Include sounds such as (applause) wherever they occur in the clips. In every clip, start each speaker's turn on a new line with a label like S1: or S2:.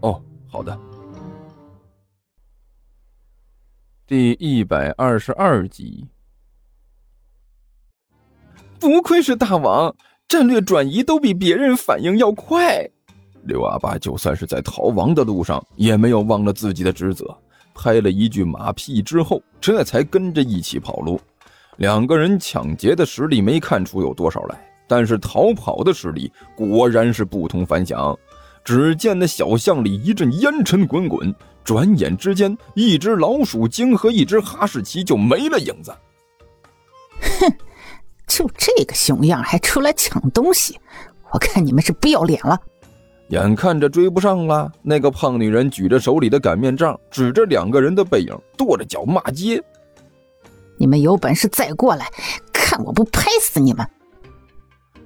S1: 哦，好的。第一百二十二集。
S2: 不愧是大王，战略转移都比别人反应要快。
S1: 刘阿八就算是在逃亡的路上，也没有忘了自己的职责，拍了一句马屁之后，这才跟着一起跑路。两个人抢劫的实力没看出有多少来，但是逃跑的实力果然是不同凡响。只见那小巷里一阵烟尘滚滚，转眼之间，一只老鼠精和一只哈士奇就没了影子。
S3: 哼，就这个熊样还出来抢东西，我看你们是不要脸了！
S1: 眼看着追不上了，那个胖女人举着手里的擀面杖，指着两个人的背影，跺着脚骂街：“
S3: 你们有本事再过来，看我不拍死你们！”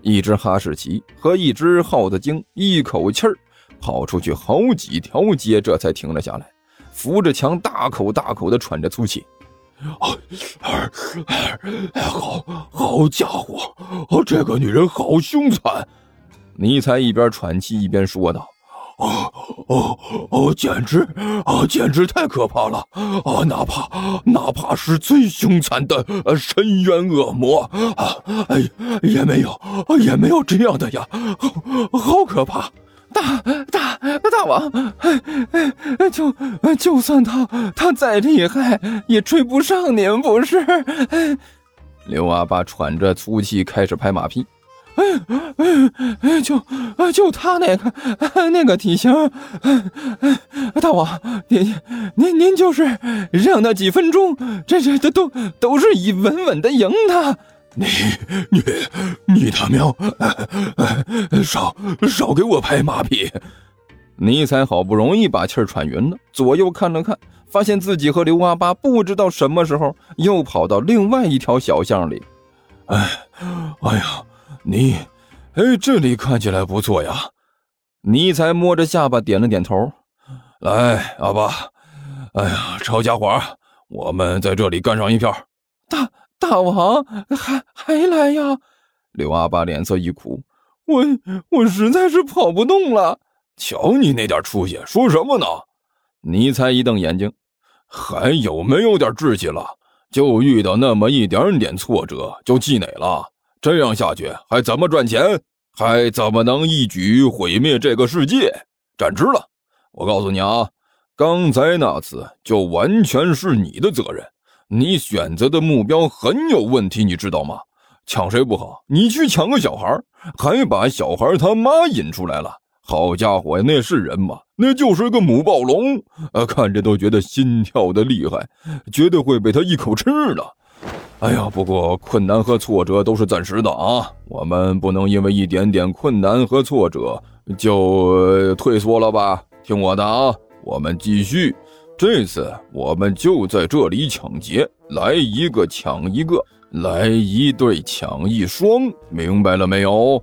S1: 一只哈士奇和一只耗子精一口气儿。跑出去好几条街，这才停了下来，扶着墙大口大口的喘着粗气。哎
S4: 啊，好好家伙，
S1: 哦
S4: 这个女人好凶残！
S1: 尼采一边喘气一边说道：“
S4: 哦哦哦，简直
S1: 哦
S4: 啊，简直太可怕了！啊，哪怕哪怕是最凶残的
S1: 呃
S4: 深渊恶魔啊，哎，也没有
S1: 啊
S4: 也没有这样的呀，好，好可怕！”
S2: 大大大王，就就算他他再厉害，也追不上您，不是？
S1: (laughs) 刘阿爸喘着粗气，开始拍马屁。
S2: 哎哎哎，就就他那个那个体型，大王，您您您就是让他几分钟，这这这都都是以稳稳的赢他。
S4: 你你你他喵！少少给我拍马屁！
S1: 尼采好不容易把气儿喘匀了，左右看了看，发现自己和刘阿八不知道什么时候又跑到另外一条小巷里。
S4: 哎，哎呀，你，哎，这里看起来不错呀！
S1: 尼采摸着下巴点了点头。
S4: 来，阿八，哎呀，抄家伙，我们在这里干上一票！
S2: 大。大王还还来呀！
S1: 刘阿八脸色一苦，
S2: 我我实在是跑不动了。
S4: 瞧你那点出息，说什么呢？
S1: 尼采一瞪眼睛，
S4: 还有没有点志气了？就遇到那么一点点挫折就气馁了，这样下去还怎么赚钱？还怎么能一举毁灭这个世界？站直了！我告诉你啊，刚才那次就完全是你的责任。你选择的目标很有问题，你知道吗？抢谁不好，你去抢个小孩，还把小孩他妈引出来了。好家伙呀，那是人吗？那就是个母暴龙，呃，看着都觉得心跳的厉害，绝对会被他一口吃了。哎呀，不过困难和挫折都是暂时的啊，我们不能因为一点点困难和挫折就退缩了吧？听我的啊，我们继续。这次我们就在这里抢劫，来一个抢一个，来一对抢一双，明白了没有？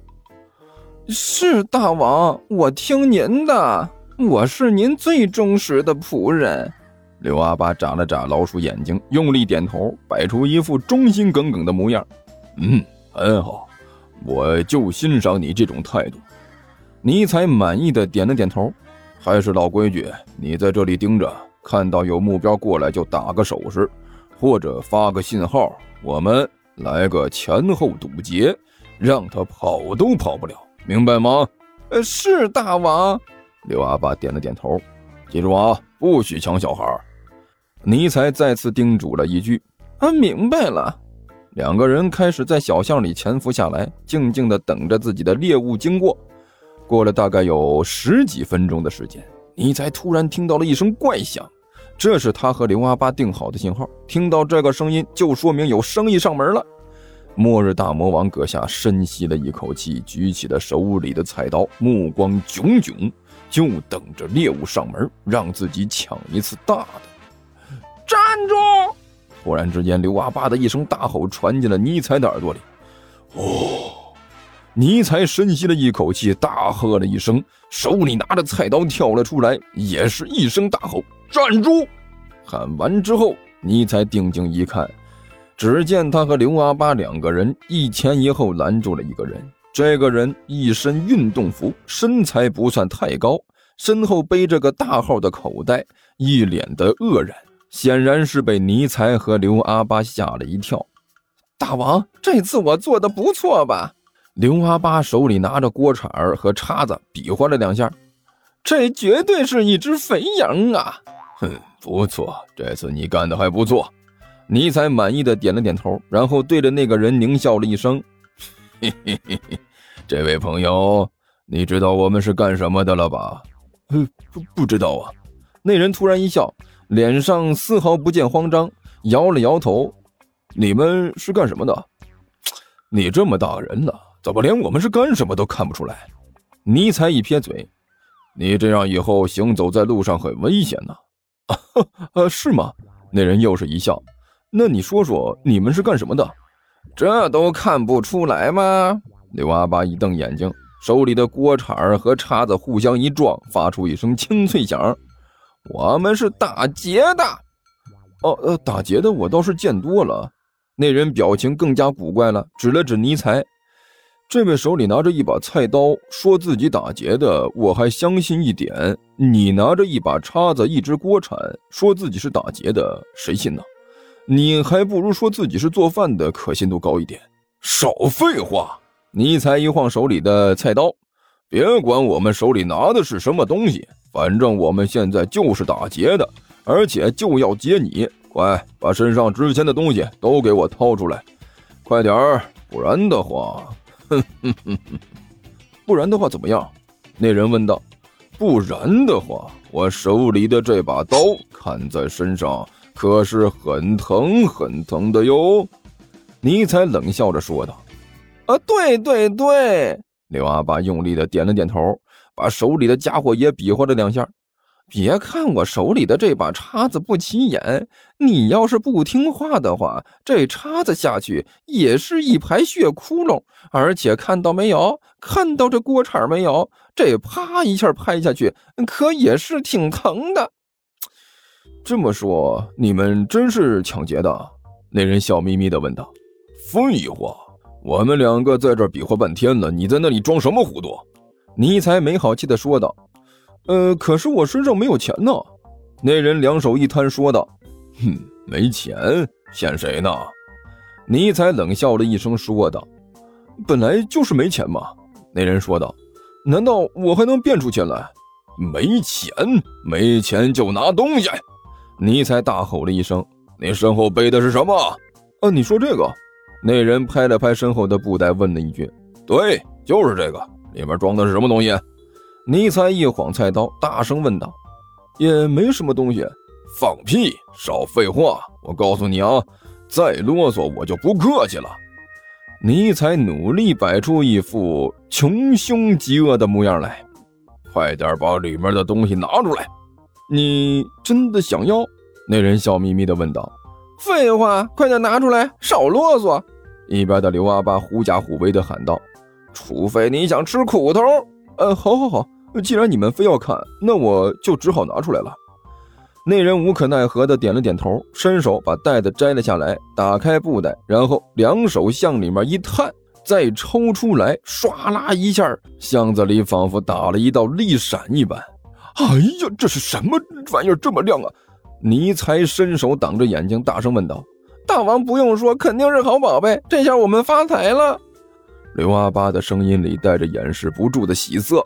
S2: 是大王，我听您的，我是您最忠实的仆人。
S1: 刘阿八眨了眨老鼠眼睛，用力点头，摆出一副忠心耿耿的模样。
S4: 嗯，很好，我就欣赏你这种态度。
S1: 尼采满意的点了点头，还是老规矩，你在这里盯着。看到有目标过来就打个手势，或者发个信号，我们来个前后堵截，让他跑都跑不了，明白吗？
S2: 呃，是大王。
S1: 刘阿爸点了点头。记住啊，不许抢小孩。尼采再次叮嘱了一句。
S2: 啊，明白了。
S1: 两个人开始在小巷里潜伏下来，静静的等着自己的猎物经过。过了大概有十几分钟的时间。尼才突然听到了一声怪响，这是他和刘阿八定好的信号。听到这个声音，就说明有生意上门了。末日大魔王阁下深吸了一口气，举起了手里的菜刀，目光炯炯，就等着猎物上门，让自己抢一次大的。
S5: 站住！
S1: 突然之间，刘阿八的一声大吼传进了尼采的耳朵里。哦，尼采深吸了一口气，大喝了一声，手里拿着菜刀跳了出来，也是一声大吼：“站住！”喊完之后，尼采定睛一看，只见他和刘阿八两个人一前一后拦住了一个人。这个人一身运动服，身材不算太高，身后背着个大号的口袋，一脸的愕然，显然是被尼才和刘阿八吓了一跳。
S2: 大王，这次我做的不错吧？
S1: 刘阿八手里拿着锅铲儿和叉子，比划了两下，
S2: 这绝对是一只肥羊啊！
S1: 哼，不错，这次你干的还不错。尼才满意的点了点头，然后对着那个人狞笑了一声。 (laughs) 嘿嘿嘿嘿，这位朋友，你知道我们是干什么的了吧？
S5: 嗯，不不知道啊。
S1: 那人突然一笑，脸上丝毫不见慌张，摇了摇头。你们是干什么的？你这么大人了，怎么连我们是干什么都看不出来？尼采一撇嘴，你这样以后行走在路上很危险呐、 (laughs) 啊。
S5: 呃、啊，是吗？
S1: 那人又是一笑。那你说说，你们是干什么的？
S2: 这都看不出来吗？
S1: 刘阿八一瞪眼睛，手里的锅铲儿和叉子互相一撞，发出一声清脆响。我们是打劫的。
S5: 哦，呃，打劫的我倒是见多了。
S1: 那人表情更加古怪了，指了指尼才。这位手里拿着一把菜刀，说自己打劫的，我还相信一点；你拿着一把叉子、一只锅铲，说自己是打劫的，谁信呢？你还不如说自己是做饭的，可信度高一点。少废话！尼才一晃手里的菜刀，别管我们手里拿的是什么东西，反正我们现在就是打劫的，而且就要劫你！快把身上值钱的东西都给我掏出来，快点儿，不然的话，哼哼哼哼，
S5: 不然的话怎么样？
S1: 那人问道。不然的话，我手里的这把刀砍在身上。可是很疼很疼的哟，尼采冷笑着说道：“
S2: 啊，对对对！”
S1: 刘阿八用力的点了点头，把手里的家伙也比划了两下。
S2: 别看我手里的这把叉子不起眼，你要是不听话的话，这叉子下去也是一排血窟窿。而且看到没有，看到这锅铲没有？这啪一下拍下去，可也是挺疼的。
S1: 这么说，你们真是抢劫
S2: 啊
S1: 的？那人笑眯眯地问道。废话，我们两个在这比划半天了，你在那里装什么糊涂？
S5: 尼才没好气地说道。呃，可是我身上没有钱呢。
S1: 那人两手一摊说道。哼，没钱，骗谁呢？尼才冷笑了一声说道。
S5: 本来就是没钱嘛。
S1: 那人说道。
S5: 难道我还能变出钱来？
S1: 没钱，没钱就拿东西。尼才大吼了一声：“你身后背的是什么？”“
S5: 啊，你说这个？”
S1: 那人拍了拍身后的布袋，问了一句：“对，就是这个，里面装的是什么东西？”啊尼才一晃菜刀，大声问道：“
S5: 也没什么东西。”“
S1: 放屁！少废话！我告诉你啊，再啰嗦我就不客气了。”尼才努力摆出一副穷凶极恶的模样来：“快点把里面的东西拿出来！”
S5: 你真的想要？
S1: 那人笑眯眯地问道。
S2: 废话，快点拿出来，少啰嗦！
S1: 一边的刘阿八狐假虎威地喊道：“
S2: 除非你想吃苦头。”
S5: 呃，好好好，既然你们非要看，那我就只好拿出来了。
S1: 那人无可奈何地点了点头，伸手把袋子摘了下来，打开布袋，然后两手向里面一探，再抽出来，唰啦一下，箱子里仿佛打了一道利闪一般。
S5: 哎呀，这是什么玩意儿这么亮啊！
S1: 尼才伸手挡着眼睛，大声问道：“
S2: 大王不用说，肯定是好宝贝，这下我们发财了。”
S1: 刘阿八的声音里带着掩饰不住的喜色：“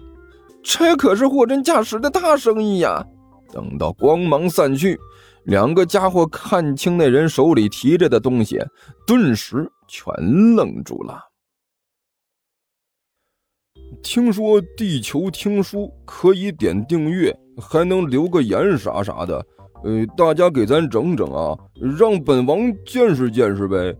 S2: 这可是货真价实的大生意呀、啊！”
S1: 等到光芒散去，两个家伙看清那人手里提着的东西，顿时全愣住了。
S5: 听说地球听书可以点订阅，还能留个言啥啥的，呃，大家给咱整整啊，让本王见识见识呗。